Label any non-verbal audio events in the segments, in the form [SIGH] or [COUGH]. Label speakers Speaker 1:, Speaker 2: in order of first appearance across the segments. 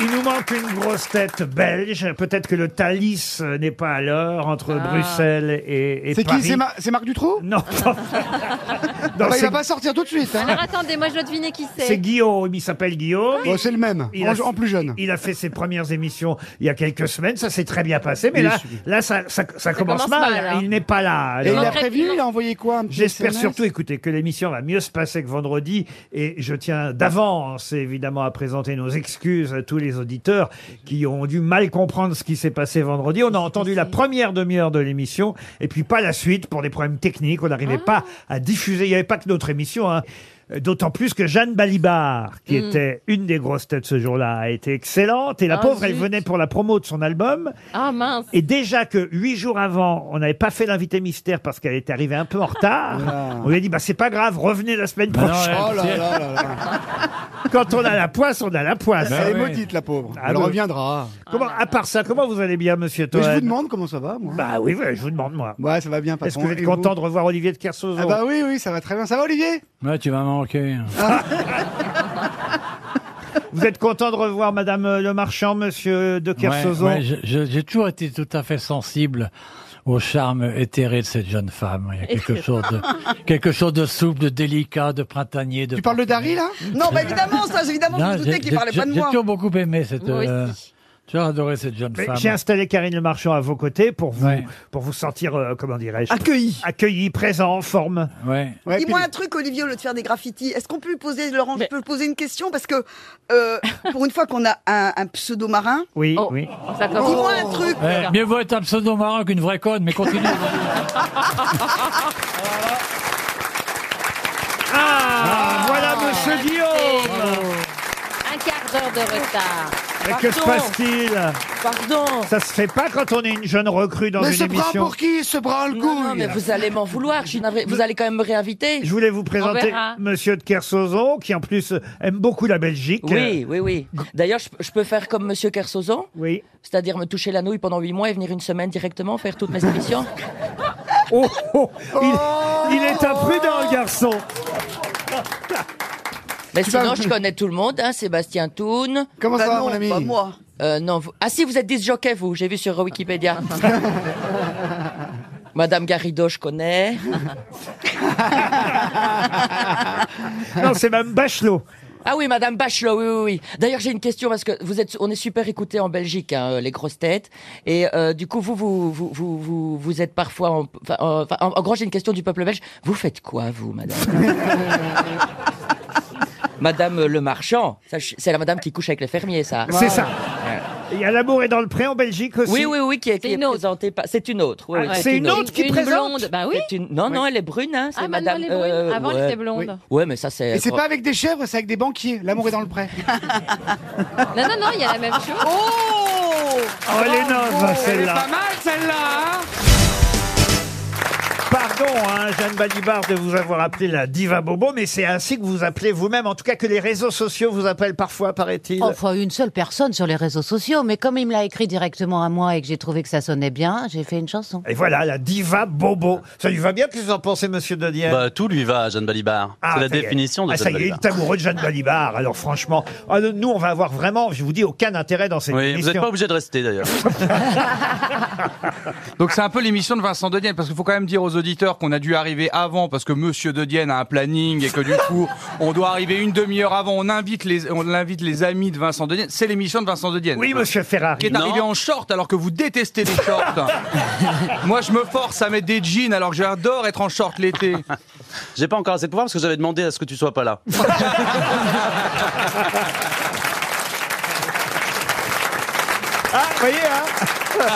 Speaker 1: nous manque une grosse tête belge. Peut-être que le Thalys euh, n'est pas à l'heure entre Bruxelles et, et
Speaker 2: C'est
Speaker 1: Paris.
Speaker 2: qui C'est Ma- c'est Marc Dutroux
Speaker 1: Non.
Speaker 2: [LAUGHS]
Speaker 1: Non,
Speaker 2: Ah bah, Il
Speaker 1: c'est-
Speaker 2: va pas sortir tout de suite. hein.
Speaker 3: Alors attendez, moi je dois deviner qui
Speaker 1: c'est
Speaker 3: c'est.
Speaker 1: Guillaume. Il s'appelle Guillaume.
Speaker 2: Bon, Oh, c'est le même,
Speaker 1: Il
Speaker 2: en,
Speaker 1: a-
Speaker 2: en plus jeune.
Speaker 1: Il a fait ses premières émissions il y a quelques semaines. Ça s'est très bien passé. Mais
Speaker 2: Il est
Speaker 1: là,
Speaker 2: suivi.
Speaker 1: là ça, ça- ça commence,
Speaker 3: commence
Speaker 1: mal.
Speaker 3: mal, hein.
Speaker 1: Il n'est pas là.
Speaker 2: Et il
Speaker 1: Alors,
Speaker 2: a
Speaker 3: Manquerait-
Speaker 2: prévenu, il a envoyé quoi un petit
Speaker 1: J'espère
Speaker 2: SMS?
Speaker 1: surtout, écoutez, que l'émission va mieux se passer que vendredi. Et je tiens d'avance, évidemment, à présenter nos excuses à tous les auditeurs qui ont dû mal comprendre ce qui s'est passé vendredi. On a entendu la première demi-heure de l'émission et puis pas la suite pour des problèmes techniques. On n'arrivait
Speaker 3: Ah.
Speaker 1: pas à diffuser. Il n'y avait pas que notre émission. hein. D'autant plus que Jeanne Balibar, qui était une des grosses têtes ce jour-là, a été excellente. Et la
Speaker 3: Hmm. Ah,
Speaker 1: pauvre, elle
Speaker 3: zut.
Speaker 1: venait pour la promo de son album.
Speaker 3: Ah mince.
Speaker 1: Et déjà que huit jours avant, on n'avait pas fait l'invité mystère parce qu'elle était arrivée un peu en
Speaker 2: [LAUGHS]
Speaker 1: retard.
Speaker 2: Oula.
Speaker 1: on lui a dit, bah, c'est pas grave, revenez la
Speaker 4: Bah
Speaker 1: semaine prochaine.
Speaker 2: Oh là là là
Speaker 1: Bah
Speaker 2: là.
Speaker 1: Quand on a la poisse, on a la poisse.
Speaker 4: Bah
Speaker 2: Elle est maudite, la pauvre.
Speaker 1: Ah
Speaker 2: Elle
Speaker 1: oui.
Speaker 2: reviendra.
Speaker 1: Comment, à part ça, comment vous allez bien, monsieur
Speaker 2: Mais je vous
Speaker 1: Toen
Speaker 2: demande comment ça va, moi.
Speaker 1: Bah oui, ouais, je vous demande, moi.
Speaker 2: Ouais, ça va bien, patron.
Speaker 1: Est-ce que vous êtes
Speaker 2: Et
Speaker 1: content de revoir Olivier de Kersauzon
Speaker 2: Ah bah oui, oui, ça va très bien. Ça va, Olivier
Speaker 4: Ouais, tu vas manquer.
Speaker 1: Vous êtes content de revoir madame euh, le marchand, monsieur de
Speaker 4: Ouais,
Speaker 1: Kersauzon
Speaker 4: ouais, je- je- J'ai toujours été tout à fait sensible au charme éthéré de cette jeune femme. Il y a quelque chose de, quelque chose de souple, de délicat, de printanier. De
Speaker 2: Tu parles de Dari, là
Speaker 5: Non, bah évidemment, ça, évidemment,
Speaker 4: Non,
Speaker 5: je me doutais
Speaker 4: j'ai-
Speaker 5: qu'il parlait
Speaker 4: j'ai-
Speaker 5: pas de
Speaker 4: j'ai
Speaker 5: moi.
Speaker 4: toujours beaucoup aimé cette.
Speaker 3: Moi aussi.
Speaker 4: euh, tu as adoré cette jeune
Speaker 1: Mais
Speaker 4: femme.
Speaker 1: J'ai installé Karine Le Marchand à vos côtés pour vous,
Speaker 4: Ouais.
Speaker 1: pour vous sentir, euh, comment dirais-je,
Speaker 5: Accueilli.
Speaker 1: accueilli, présent, en forme.
Speaker 4: Ouais.
Speaker 2: Ouais, puis-
Speaker 5: Dis-moi un truc, Olivier, au lieu de faire des graffitis. Est-ce qu'on peut lui poser, Laurent,
Speaker 3: Mais-
Speaker 5: je peux poser une question Parce que, euh, pour une fois qu'on a un, un pseudo-marin,
Speaker 1: Oui,
Speaker 3: Oh.
Speaker 1: oui.
Speaker 3: Ça
Speaker 5: dis-moi
Speaker 3: commence. Oh.
Speaker 5: un truc.
Speaker 4: Eh, mieux vaut être un pseudo marin qu'une vraie conne, mais [LAUGHS] continue.
Speaker 1: Ah, voilà monsieur Guillaume
Speaker 3: Un quart d'heure de retard.
Speaker 1: Mais que se passe-t-il
Speaker 6: Pardon.
Speaker 1: Ça se fait pas quand on est une jeune recrue dans
Speaker 2: Mais
Speaker 1: une
Speaker 2: se prend
Speaker 1: émission.
Speaker 2: pour qui Se bras le
Speaker 6: Non, non, mais
Speaker 2: couille
Speaker 6: vous allez m'en vouloir. Je suis navrée. Vous allez quand même me réinviter.
Speaker 1: Je voulais vous présenter
Speaker 3: verra.
Speaker 1: Monsieur de Kersauzon, qui en plus aime beaucoup la Belgique.
Speaker 6: Oui, oui, oui. D'ailleurs, je, je peux faire comme Monsieur Kersozon,
Speaker 1: Oui.
Speaker 6: c'est-à-dire me toucher la nouille pendant huit mois et venir une semaine directement faire toutes
Speaker 2: [LAUGHS]
Speaker 6: mes émissions.
Speaker 1: Oh, oh, il, il est imprudent, le garçon.
Speaker 6: Mais
Speaker 2: vas-
Speaker 6: sinon, je connais tout le monde, hein, Sébastien Toun.
Speaker 2: Comment
Speaker 5: Bah
Speaker 2: ça va,
Speaker 5: non,
Speaker 2: mon ami
Speaker 5: pas moi.
Speaker 6: Euh, non, vous- Ah si, vous êtes disjockey, vous. J'ai vu
Speaker 2: [LAUGHS]
Speaker 6: sur Wikipédia. Madame Garrido, je connais.
Speaker 1: Non, c'est même Bachelot.
Speaker 6: Ah oui, Madame Bachelot, oui, oui, oui. D'ailleurs, j'ai une question parce que vous êtes, on est super écoutés en Belgique, hein, euh, les grosses têtes. Et euh, du coup, vous, vous, vous, vous, vous, vous êtes parfois. En, enfin, en, enfin, en- en gros, j'ai une question du peuple belge. Vous faites quoi,
Speaker 3: [LAUGHS]
Speaker 6: vous, Madame Madame euh, le Marchand, Ça, je- c'est la Madame qui couche avec les fermiers, ça.
Speaker 1: C'est ça. Il y a l'amour et dans le pré en Belgique aussi.
Speaker 6: Oui, oui, oui, qui est, qui
Speaker 3: C'est
Speaker 6: est
Speaker 3: une autre.
Speaker 6: présentée par. C'est une autre. oui, oui,
Speaker 1: Ah, c'est une autre qui
Speaker 3: une
Speaker 1: présente
Speaker 3: blonde. Bah oui.
Speaker 6: C'est une- Non, non, elle est brune, hein. C'est
Speaker 3: Ah, maintenant
Speaker 6: Madame.
Speaker 3: elle est brune.
Speaker 6: euh,
Speaker 3: Avant
Speaker 6: ouais.
Speaker 3: elle était blonde.
Speaker 6: Ouais, mais ça c'est.
Speaker 2: Et c'est pas avec des chèvres, c'est avec des banquiers. L'amour est dans le prêt.
Speaker 3: Non, non, non, il y a la même chose.
Speaker 5: Oh
Speaker 1: Oh, elle est noble, celle-là.
Speaker 2: mal, celle-là hein
Speaker 1: Pardon, hein, Jeanne Balibar, de vous avoir appelé la diva bobo, mais c'est ainsi que vous appelez vous-même. En tout cas, que les réseaux sociaux vous appellent parfois, paraît-il.
Speaker 7: Enfin, une seule personne sur les réseaux sociaux, mais comme il me l'a écrit directement à moi et que j'ai trouvé que ça sonnait bien, j'ai fait une chanson.
Speaker 1: Et voilà, la diva bobo. Ça lui va bien que vous en pensez, monsieur Dodier
Speaker 8: Bah, tout lui va à Jeanne Balibar.
Speaker 1: euh, Ah,
Speaker 8: c'est la
Speaker 1: ça y est.
Speaker 8: définition de
Speaker 1: Ah, ça
Speaker 8: Jeanne
Speaker 1: y est, il
Speaker 8: Balibar.
Speaker 1: est amoureux de Jeanne Balibar. Alors, franchement, ah, non, nous, on va avoir vraiment, je vous dis, aucun intérêt dans cette
Speaker 8: Oui, vous
Speaker 1: émission.
Speaker 8: n'êtes pas obligé de rester
Speaker 1: [LAUGHS]
Speaker 8: d'ailleurs.
Speaker 9: Donc c'est un peu l'émission de Vincent Dedienne, parce qu'il faut quand même dire aux auditeurs qu'on a dû arriver avant, parce que Monsieur Dedienne a un planning et que du
Speaker 1: [LAUGHS]
Speaker 9: coup, on doit arriver une demi-heure avant. On invite les, on invite les amis de Vincent Dedienne. C'est l'émission de Vincent Dedienne.
Speaker 1: Oui, monsieur
Speaker 9: Qui
Speaker 1: Ferrari.
Speaker 9: est arrivé
Speaker 8: Non.
Speaker 1: [LAUGHS]
Speaker 9: en short alors que vous détestez les
Speaker 7: [LAUGHS]
Speaker 9: shorts. Moi, je me force à mettre des jeans alors que j'adore être en short l'été.
Speaker 8: J'ai pas encore assez de pouvoir parce que j'avais demandé à ce que tu sois pas là.
Speaker 1: Ah, vous voyez, hein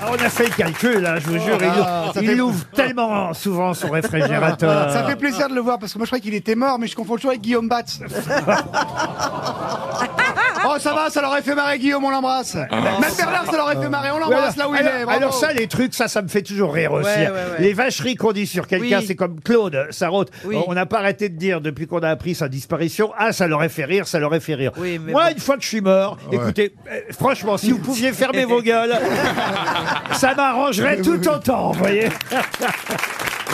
Speaker 1: Ah, On a fait le calcul, hein, je vous jure. il-
Speaker 2: Oh là, ça
Speaker 1: il
Speaker 2: fait- [LAUGHS]
Speaker 1: ouvre tellement souvent son réfrigérateur.
Speaker 2: Ça fait plaisir de le voir parce que moi je croyais qu'il était mort, mais je confonds toujours avec Guillaume Batz. oh, ça va, ça l'aurait fait marrer, Guillaume, on l'embrasse.
Speaker 6: Ah
Speaker 2: Même Bernard, ça l'aurait fait marrer, on
Speaker 1: Voilà.
Speaker 2: l'embrasse là où il
Speaker 1: Oh. alors,
Speaker 2: est. bravo.
Speaker 1: alors ça, les trucs, ça, ça me fait toujours rire aussi.
Speaker 5: Ouais,
Speaker 1: hein.
Speaker 5: ouais, ouais.
Speaker 1: Les vacheries qu'on dit sur quelqu'un,
Speaker 5: Oui.
Speaker 1: c'est comme Claude Sarraute.
Speaker 5: Oui.
Speaker 1: On n'a pas arrêté de dire depuis qu'on a appris sa disparition, ah, ça leur a fait rire, ça leur a fait rire.
Speaker 5: Oui, mais
Speaker 1: Moi,
Speaker 5: bon.
Speaker 1: une fois que je suis mort, écoutez, euh, franchement, si vous pouviez fermer vos gueules, ça m'arrangerait tout autant, vous voyez.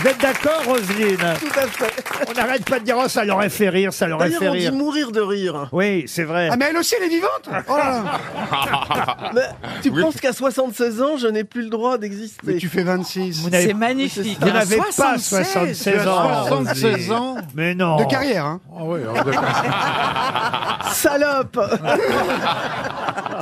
Speaker 1: Vous êtes d'accord, Roselyne
Speaker 10: Tout à fait.
Speaker 1: On n'arrête pas de dire, oh, ça l'aurait fait rire, ça l'aurait
Speaker 10: D'ailleurs,
Speaker 1: fait
Speaker 10: on dit
Speaker 1: rire.
Speaker 10: mourir de rire.
Speaker 1: Oui, c'est vrai.
Speaker 10: Ah,
Speaker 2: mais elle aussi, elle est vivante
Speaker 10: Oh
Speaker 6: Ah
Speaker 10: là là. Mais Bah, tu
Speaker 1: Oui.
Speaker 10: penses qu'à 76 ans, je n'ai plus le droit d'exister Mais tu
Speaker 2: fais 26.
Speaker 1: Vous n'avez- Vous n'avez pas 76 ans. Roselyne. Mais non.
Speaker 6: Oh.
Speaker 10: De carrière,
Speaker 2: hein.
Speaker 10: Salope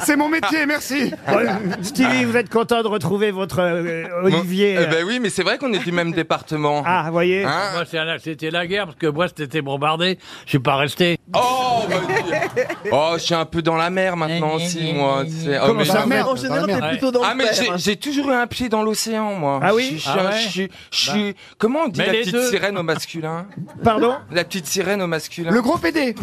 Speaker 2: C'est mon métier, merci.
Speaker 1: Ouais. Stevie, vous êtes content de retrouver votre euh, Olivier
Speaker 6: Eh ben oui, mais c'est vrai qu'on est du même département.
Speaker 1: Ah, vous voyez
Speaker 4: Moi, c'est la- c'était la guerre, parce que moi, c'était bombardé. Je suis pas resté.
Speaker 6: Oh, Oh, je suis un peu dans la mer maintenant aussi, moi. tu sais. Oh,
Speaker 4: Comment
Speaker 6: mais
Speaker 4: ça,
Speaker 6: j'ai-
Speaker 4: mer En général, t'es plutôt dans
Speaker 6: Ah,
Speaker 4: le
Speaker 6: mais
Speaker 4: fer,
Speaker 6: j'ai-
Speaker 4: hein.
Speaker 6: j'ai toujours eu un pied dans l'océan, moi.
Speaker 4: Ah oui
Speaker 6: Je suis-
Speaker 4: Ah ouais
Speaker 6: Je suis- je
Speaker 4: Bah.
Speaker 6: suis. Comment on dit
Speaker 4: Mais
Speaker 6: la
Speaker 4: les
Speaker 6: petite
Speaker 4: deux.
Speaker 6: sirène au masculin
Speaker 1: Pardon
Speaker 6: La petite sirène au masculin.
Speaker 2: Le gros PD.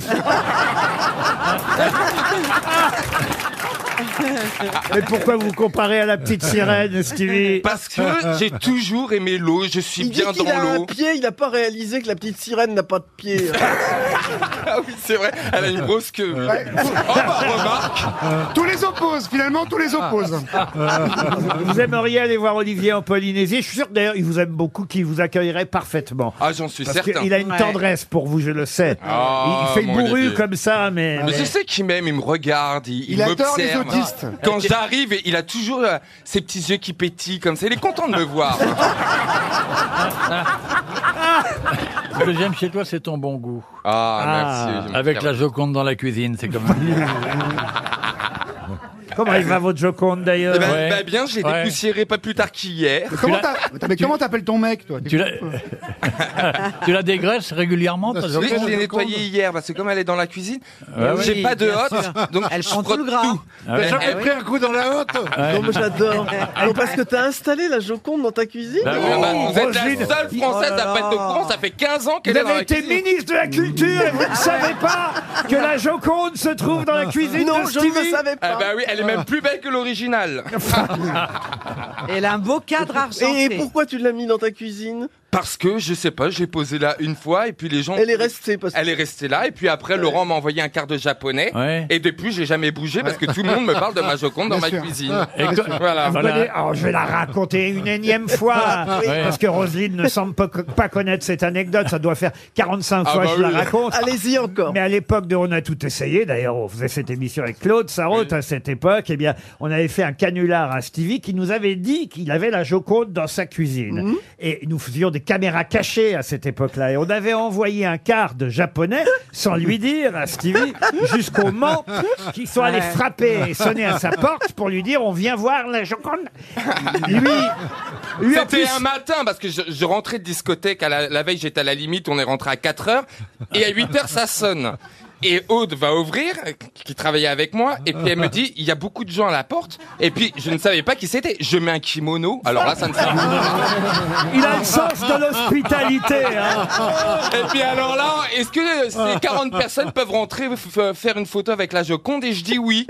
Speaker 1: Mais pourquoi vous comparez à la petite sirène, Stevie
Speaker 6: Parce que j'ai toujours aimé l'eau, je suis
Speaker 10: Il dit
Speaker 6: bien
Speaker 10: qu'il
Speaker 6: dans
Speaker 10: a un
Speaker 6: l'eau.
Speaker 10: pied, il n'a pas réalisé que la petite sirène n'a pas de pied.
Speaker 6: [LAUGHS] Ah oui, c'est vrai, elle a une grosse Oh, bah, queue.
Speaker 2: Tous les opposent, finalement, tous
Speaker 6: Ah.
Speaker 2: les opposent.
Speaker 1: vous aimeriez aller voir Olivier en Polynésie. Je suis sûr que d'ailleurs, il vous aime beaucoup, qu'il vous accueillerait parfaitement.
Speaker 6: Ah, j'en suis
Speaker 1: Parce
Speaker 6: certain.
Speaker 1: qu'il a une tendresse pour vous, je le sais.
Speaker 6: Ah,
Speaker 1: il il fait
Speaker 6: mon
Speaker 1: bourru
Speaker 6: Olivier.
Speaker 1: comme ça, mais.
Speaker 6: Mais je sais qu'il m'aime, il me regarde, il,
Speaker 1: Il adore les
Speaker 6: m'observe. Ah.
Speaker 1: autistes.
Speaker 6: Quand j'arrive, il a toujours euh, ses petits yeux qui pétillent comme ça. Il est content de me voir.
Speaker 4: Ce que j'aime chez toi, c'est ton bon goût.
Speaker 6: Ah, merci. je me
Speaker 4: Avec
Speaker 6: ferme.
Speaker 4: la Joconde dans la cuisine, c'est [LAUGHS] comme.
Speaker 1: Comment il va votre Joconde d'ailleurs
Speaker 6: Eh ben, bah bien, je l'ai
Speaker 4: Ouais.
Speaker 6: dépoussiéré pas plus tard qu'hier.
Speaker 2: Comment t'as- mais comment t'appelles ton mec, toi
Speaker 4: Tu la,
Speaker 1: [LAUGHS]
Speaker 4: tu la dégraisses régulièrement ta
Speaker 6: Oui, je
Speaker 4: Joconde
Speaker 6: l'ai nettoyée hier parce que comme elle est dans la cuisine,
Speaker 4: Ah oui,
Speaker 6: Bah j'ai pas de
Speaker 4: bien
Speaker 6: hotte,
Speaker 4: sûr.
Speaker 6: donc
Speaker 4: Elle
Speaker 6: je
Speaker 4: prend tout
Speaker 6: frotte
Speaker 4: le gras. Ah ouais.
Speaker 6: Eh
Speaker 4: Ah
Speaker 6: oui.
Speaker 4: oui.
Speaker 10: un coup dans la haute
Speaker 4: Ouais.
Speaker 10: Non, mais j'adore. Non, parce que t'as installé la Joconde dans ta cuisine
Speaker 6: Bah oui, bah, vous êtes la seule française
Speaker 10: Oh là
Speaker 6: à pas être au
Speaker 10: là.
Speaker 6: courant, ça fait 15 ans qu'elle
Speaker 1: Vous
Speaker 6: est dans
Speaker 1: avez
Speaker 6: la
Speaker 1: été
Speaker 6: cuisine.
Speaker 1: ministre de la Culture et vous ne savez pas que la Joconde se trouve dans la cuisine de Stevie
Speaker 6: Ah bah oui, elle est même plus belle que l'original.
Speaker 10: Elle a un beau cadre argenté. Et pourquoi tu l'as mis dans ta cuisine
Speaker 6: Parce que je sais pas, j'ai posé là une fois et puis les gens.
Speaker 10: Elle est restée parce que-
Speaker 6: Elle est restée là et puis après Laurent m'a envoyé un quart de japonais
Speaker 4: Ouais.
Speaker 6: et depuis j'ai jamais bougé parce que tout le monde me parle de ma joconde dans
Speaker 4: Bien
Speaker 6: ma
Speaker 4: sûr.
Speaker 6: cuisine.
Speaker 4: Et que-
Speaker 6: Voilà.
Speaker 1: Vous connaissez- alors, Ah, Oh, je vais la raconter une énième fois,
Speaker 6: Oui.
Speaker 1: parce que Roselyne ne semble pas, pas connaître cette anecdote. Ça doit faire 45
Speaker 10: Ah
Speaker 1: fois que
Speaker 10: bah
Speaker 1: je
Speaker 10: oui.
Speaker 1: la raconte.
Speaker 10: Allez-y encore.
Speaker 1: Mais à l'époque de On a tout essayé, d'ailleurs, on faisait cette émission avec Claude Sarraute à cette époque, eh bien, on avait fait un canular à Stevie qui nous avait dit qu'il avait la Joconde dans sa cuisine.
Speaker 6: Mhm.
Speaker 1: Et nous faisions des caméras cachées à cette époque-là. Et on avait envoyé un quart de japonais, sans lui dire, à Stevie, jusqu'au Mans, qui sont allés
Speaker 10: Ouais.
Speaker 1: frapper et sonner à sa porte pour lui dire on vient voir la Joconde. Lui, lui en
Speaker 6: C'était
Speaker 1: plus-
Speaker 6: un matin parce que je, je rentrais de discothèque à la, la veille, j'étais à la limite, on est rentré à 4 heures et à 8 heures ça sonne. Et Aude va ouvrir, qui travaillait avec moi, et puis elle me dit, il y a beaucoup de gens à la porte, et puis je ne savais pas qui c'était. Je mets un kimono, alors là ça ne sert à rien.
Speaker 1: il a le sens de l'hospitalité. hein.
Speaker 6: Et puis alors là, est-ce que ces 40 personnes peuvent rentrer f- f- faire une photo avec la Joconde Et je dis oui.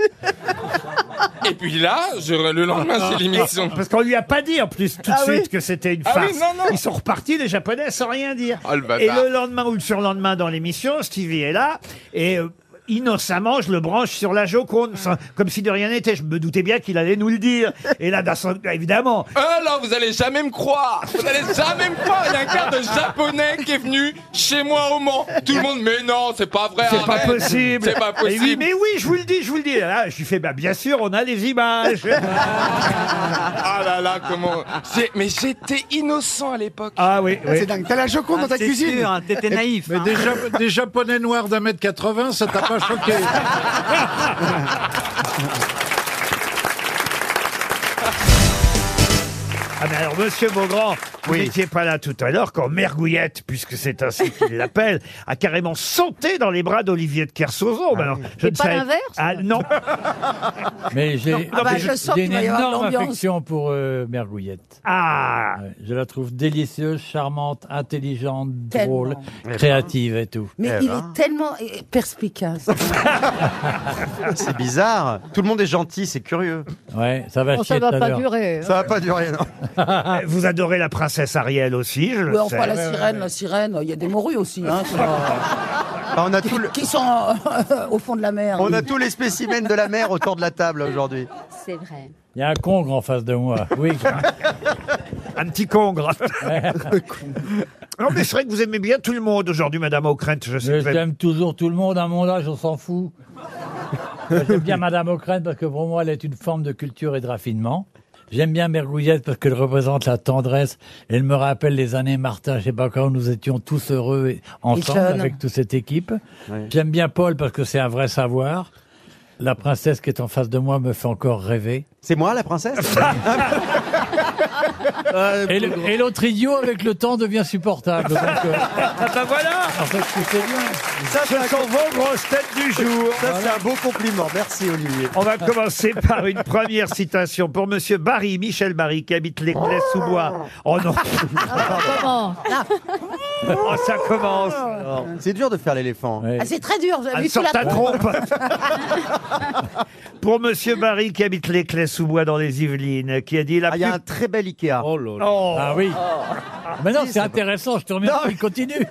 Speaker 6: Et puis là, je, le lendemain, c'est l'émission.
Speaker 1: Parce qu'on lui a pas dit en plus tout de
Speaker 6: Ah
Speaker 1: suite
Speaker 6: oui
Speaker 1: que c'était une
Speaker 6: Ah
Speaker 1: farce.
Speaker 6: oui, non, non.
Speaker 1: Ils sont repartis les Japonais sans rien dire.
Speaker 6: Oh, le bâtard.
Speaker 1: et le lendemain ou le surlendemain dans l'émission, Stevie est là et euh, innocemment je le branche sur la Joconde sans- comme si de rien n'était. Je me doutais bien qu'il allait nous le dire. Et là, d'un seul- bah, évidemment,
Speaker 6: Alors, vous allez jamais me croire. Vous allez jamais me croire. Il y a un quart de japonais qui est venu chez moi au Mans. Tout le monde, mais non, c'est pas vrai.
Speaker 1: c'est pas
Speaker 6: arrête.
Speaker 1: possible.
Speaker 6: C'est pas
Speaker 1: Et oui,
Speaker 6: possible.
Speaker 1: mais oui, je vous le dis, je vous le dis. Et Là, je lui fais, bah, bien sûr, on a les
Speaker 2: [LAUGHS]
Speaker 1: images.
Speaker 6: Ah là là, comment. J'ai- Mais j'étais innocent à l'époque.
Speaker 1: Ah oui, oui. hein,
Speaker 2: C'est dingue. T'as la Joconde
Speaker 11: Ah,
Speaker 2: dans ta cuisine. Et-
Speaker 12: Mais des,
Speaker 1: Ah.
Speaker 12: Jap- des Japonais noirs d'un mètre 80, ça t'a pas choqué.
Speaker 1: Ah mais alors, monsieur Beaugrand, vous n'étiez pas là tout à l'heure quand Mergouillette, puisque c'est ainsi qu'il l'appelle, a carrément sauté dans les bras d'Olivier de Kersauzon. Mais alors, je
Speaker 3: Et
Speaker 1: ne
Speaker 3: pas
Speaker 1: savais-
Speaker 3: l'inverse
Speaker 1: Ah non,
Speaker 4: [LAUGHS] Mais j'ai
Speaker 1: Non,
Speaker 4: mais
Speaker 1: ah bah, je
Speaker 4: j'ai-
Speaker 1: sens
Speaker 4: j'ai
Speaker 1: qu'il
Speaker 4: une
Speaker 1: va y avoir de
Speaker 4: énorme
Speaker 1: l'ambiance.
Speaker 4: affection pour euh, Mergouillette.
Speaker 1: Ah
Speaker 4: Je la trouve délicieuse, charmante, intelligente, drôle, créative et tout.
Speaker 7: Mais il
Speaker 6: ben.
Speaker 7: est tellement eh, perspicace.
Speaker 11: hein, C'est bizarre. Tout le monde est gentil, c'est curieux.
Speaker 4: Ouais, ça va
Speaker 1: Oh,
Speaker 7: Bon, ça
Speaker 4: chier
Speaker 7: va
Speaker 4: tout à
Speaker 7: pas
Speaker 4: l'heure.
Speaker 7: durer, hein. Ça
Speaker 11: va pas durer, non.
Speaker 1: Euh, vous adorez la princesse Ariel aussi, je le
Speaker 7: Ouais,
Speaker 1: sais.
Speaker 7: Bah, enfin, la sirène, la sirène, il y a des morues aussi. Hein, qui,
Speaker 11: Ah, on a
Speaker 7: qui-
Speaker 11: tout le-
Speaker 7: qui sont euh, au fond de la mer.
Speaker 11: On a tous les spécimens de la mer autour de la table aujourd'hui.
Speaker 3: C'est vrai.
Speaker 4: Il y a un congre en face de moi. Oui.
Speaker 1: Un petit congre. non, mais c'est vrai que vous aimez bien tout le monde aujourd'hui, Madame O'Krent. Je sais que vous aimez-
Speaker 4: J'aime toujours tout le monde, à mon âge, on s'en fout. J'aime bien Madame O'Krent parce que pour moi, elle est une forme de culture et de raffinement. J'aime bien Mergouillette parce qu'elle représente la tendresse. Elle me rappelle les années Martin, je sais pas quand nous étions tous heureux et- ensemble
Speaker 13: jeunes.
Speaker 4: avec toute cette équipe. J'aime bien Paul parce que c'est un vrai savoir. La princesse qui est en face de moi me fait encore rêver. C'est moi
Speaker 1: [LAUGHS]
Speaker 4: la princesse
Speaker 11: Euh,
Speaker 4: Et le- et l'autre idiot avec le temps devient supportable. Donc, euh,
Speaker 1: Ah ben voilà Ça, ce sont vos grosses têtes du jour. Ça, c'est un beau compliment. Merci, Olivier. On va commencer [LAUGHS] par une première citation pour Monsieur Barry, Michel Barry, qui habite les Clays-sous-Bois. Oh non
Speaker 7: Comment
Speaker 1: Oh, ça commence
Speaker 11: C'est dur de faire l'éléphant.
Speaker 7: Ah, c'est très dur, vous avez
Speaker 1: Elle
Speaker 7: vu tout
Speaker 1: sort
Speaker 7: la
Speaker 1: ta trompe Pour Monsieur Barry, qui habite les Clays-sous-Bois dans les Yvelines, qui a dit
Speaker 2: Ah,
Speaker 11: Ah,
Speaker 1: la Il y a un très bel Ikea. Oh
Speaker 4: Ah oui. Mais non, c'est intéressant, je te remercie, il continue.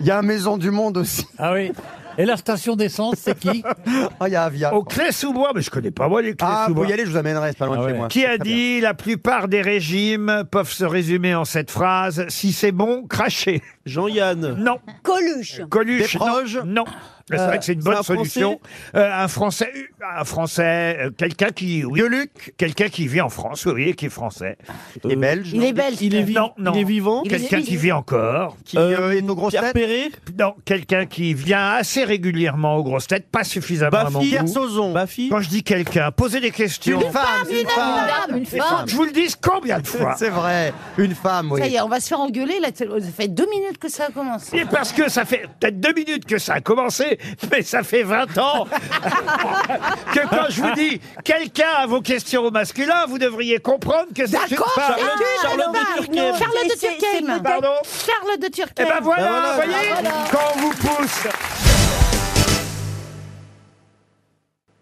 Speaker 4: Il y a Maison du Monde aussi. Ah oui. Et la station d'essence, c'est qui
Speaker 11: [LAUGHS] Ah, il y a Avia.
Speaker 1: Au Clay-sous-Bois, mais je connais pas moi les
Speaker 11: Ah,
Speaker 1: Clay-sous-Bois.
Speaker 11: vous y allez, je vous amènerai, c'est pas loin de chez moi.
Speaker 1: Qui a dit la plupart des régimes peuvent se résumer en cette phrase si c'est bon, crachez. Jean-Yann. Non.
Speaker 7: Coluche.
Speaker 1: Coluche. non. Non. C'est
Speaker 7: Euh,
Speaker 1: vrai que c'est une
Speaker 7: c'est
Speaker 1: bonne
Speaker 7: un Français
Speaker 1: solution. Euh, un français, euh, un français, euh, quelqu'un qui, oui, quelqu'un qui vit en France, oui, oui, qui est français. Il est belge.
Speaker 7: Il est belge. Il est vi-
Speaker 1: Non, non.
Speaker 7: il est vivant
Speaker 1: Quelqu'un
Speaker 7: Il est-
Speaker 1: qui vit encore. Qui
Speaker 11: euh,
Speaker 1: est nos grosses têtes. Non, quelqu'un qui vient assez régulièrement aux grosses têtes, pas suffisamment à mon
Speaker 11: Baffy. Pierre
Speaker 1: goût. Quand je dis quelqu'un, posez des questions.
Speaker 11: Une Une femme,
Speaker 7: Ah,
Speaker 11: femme, une une femme, femme, une femme.
Speaker 1: Je vous le dis combien de
Speaker 7: [LAUGHS]
Speaker 1: fois
Speaker 11: C'est vrai, une femme, oui.
Speaker 7: Ça y est, on va se faire engueuler. Là, ça fait deux minutes que ça a commencé.
Speaker 1: Et parce que ça fait peut-être deux minutes que ça a commencé, mais ça fait 20
Speaker 7: [LAUGHS]
Speaker 1: ans que quand je vous dis quelqu'un a vos questions au masculin, vous devriez comprendre que c'est une
Speaker 7: D'accord,
Speaker 1: femme.
Speaker 7: c'est Charlotte de Turckheim. Charlotte de Turckheim.
Speaker 1: Pardon
Speaker 7: Charlotte de
Speaker 1: Eh
Speaker 7: Turckheim.
Speaker 1: ben voilà,
Speaker 7: Ben voilà,
Speaker 1: voyez,
Speaker 7: ben voilà.
Speaker 1: quand on vous pousse.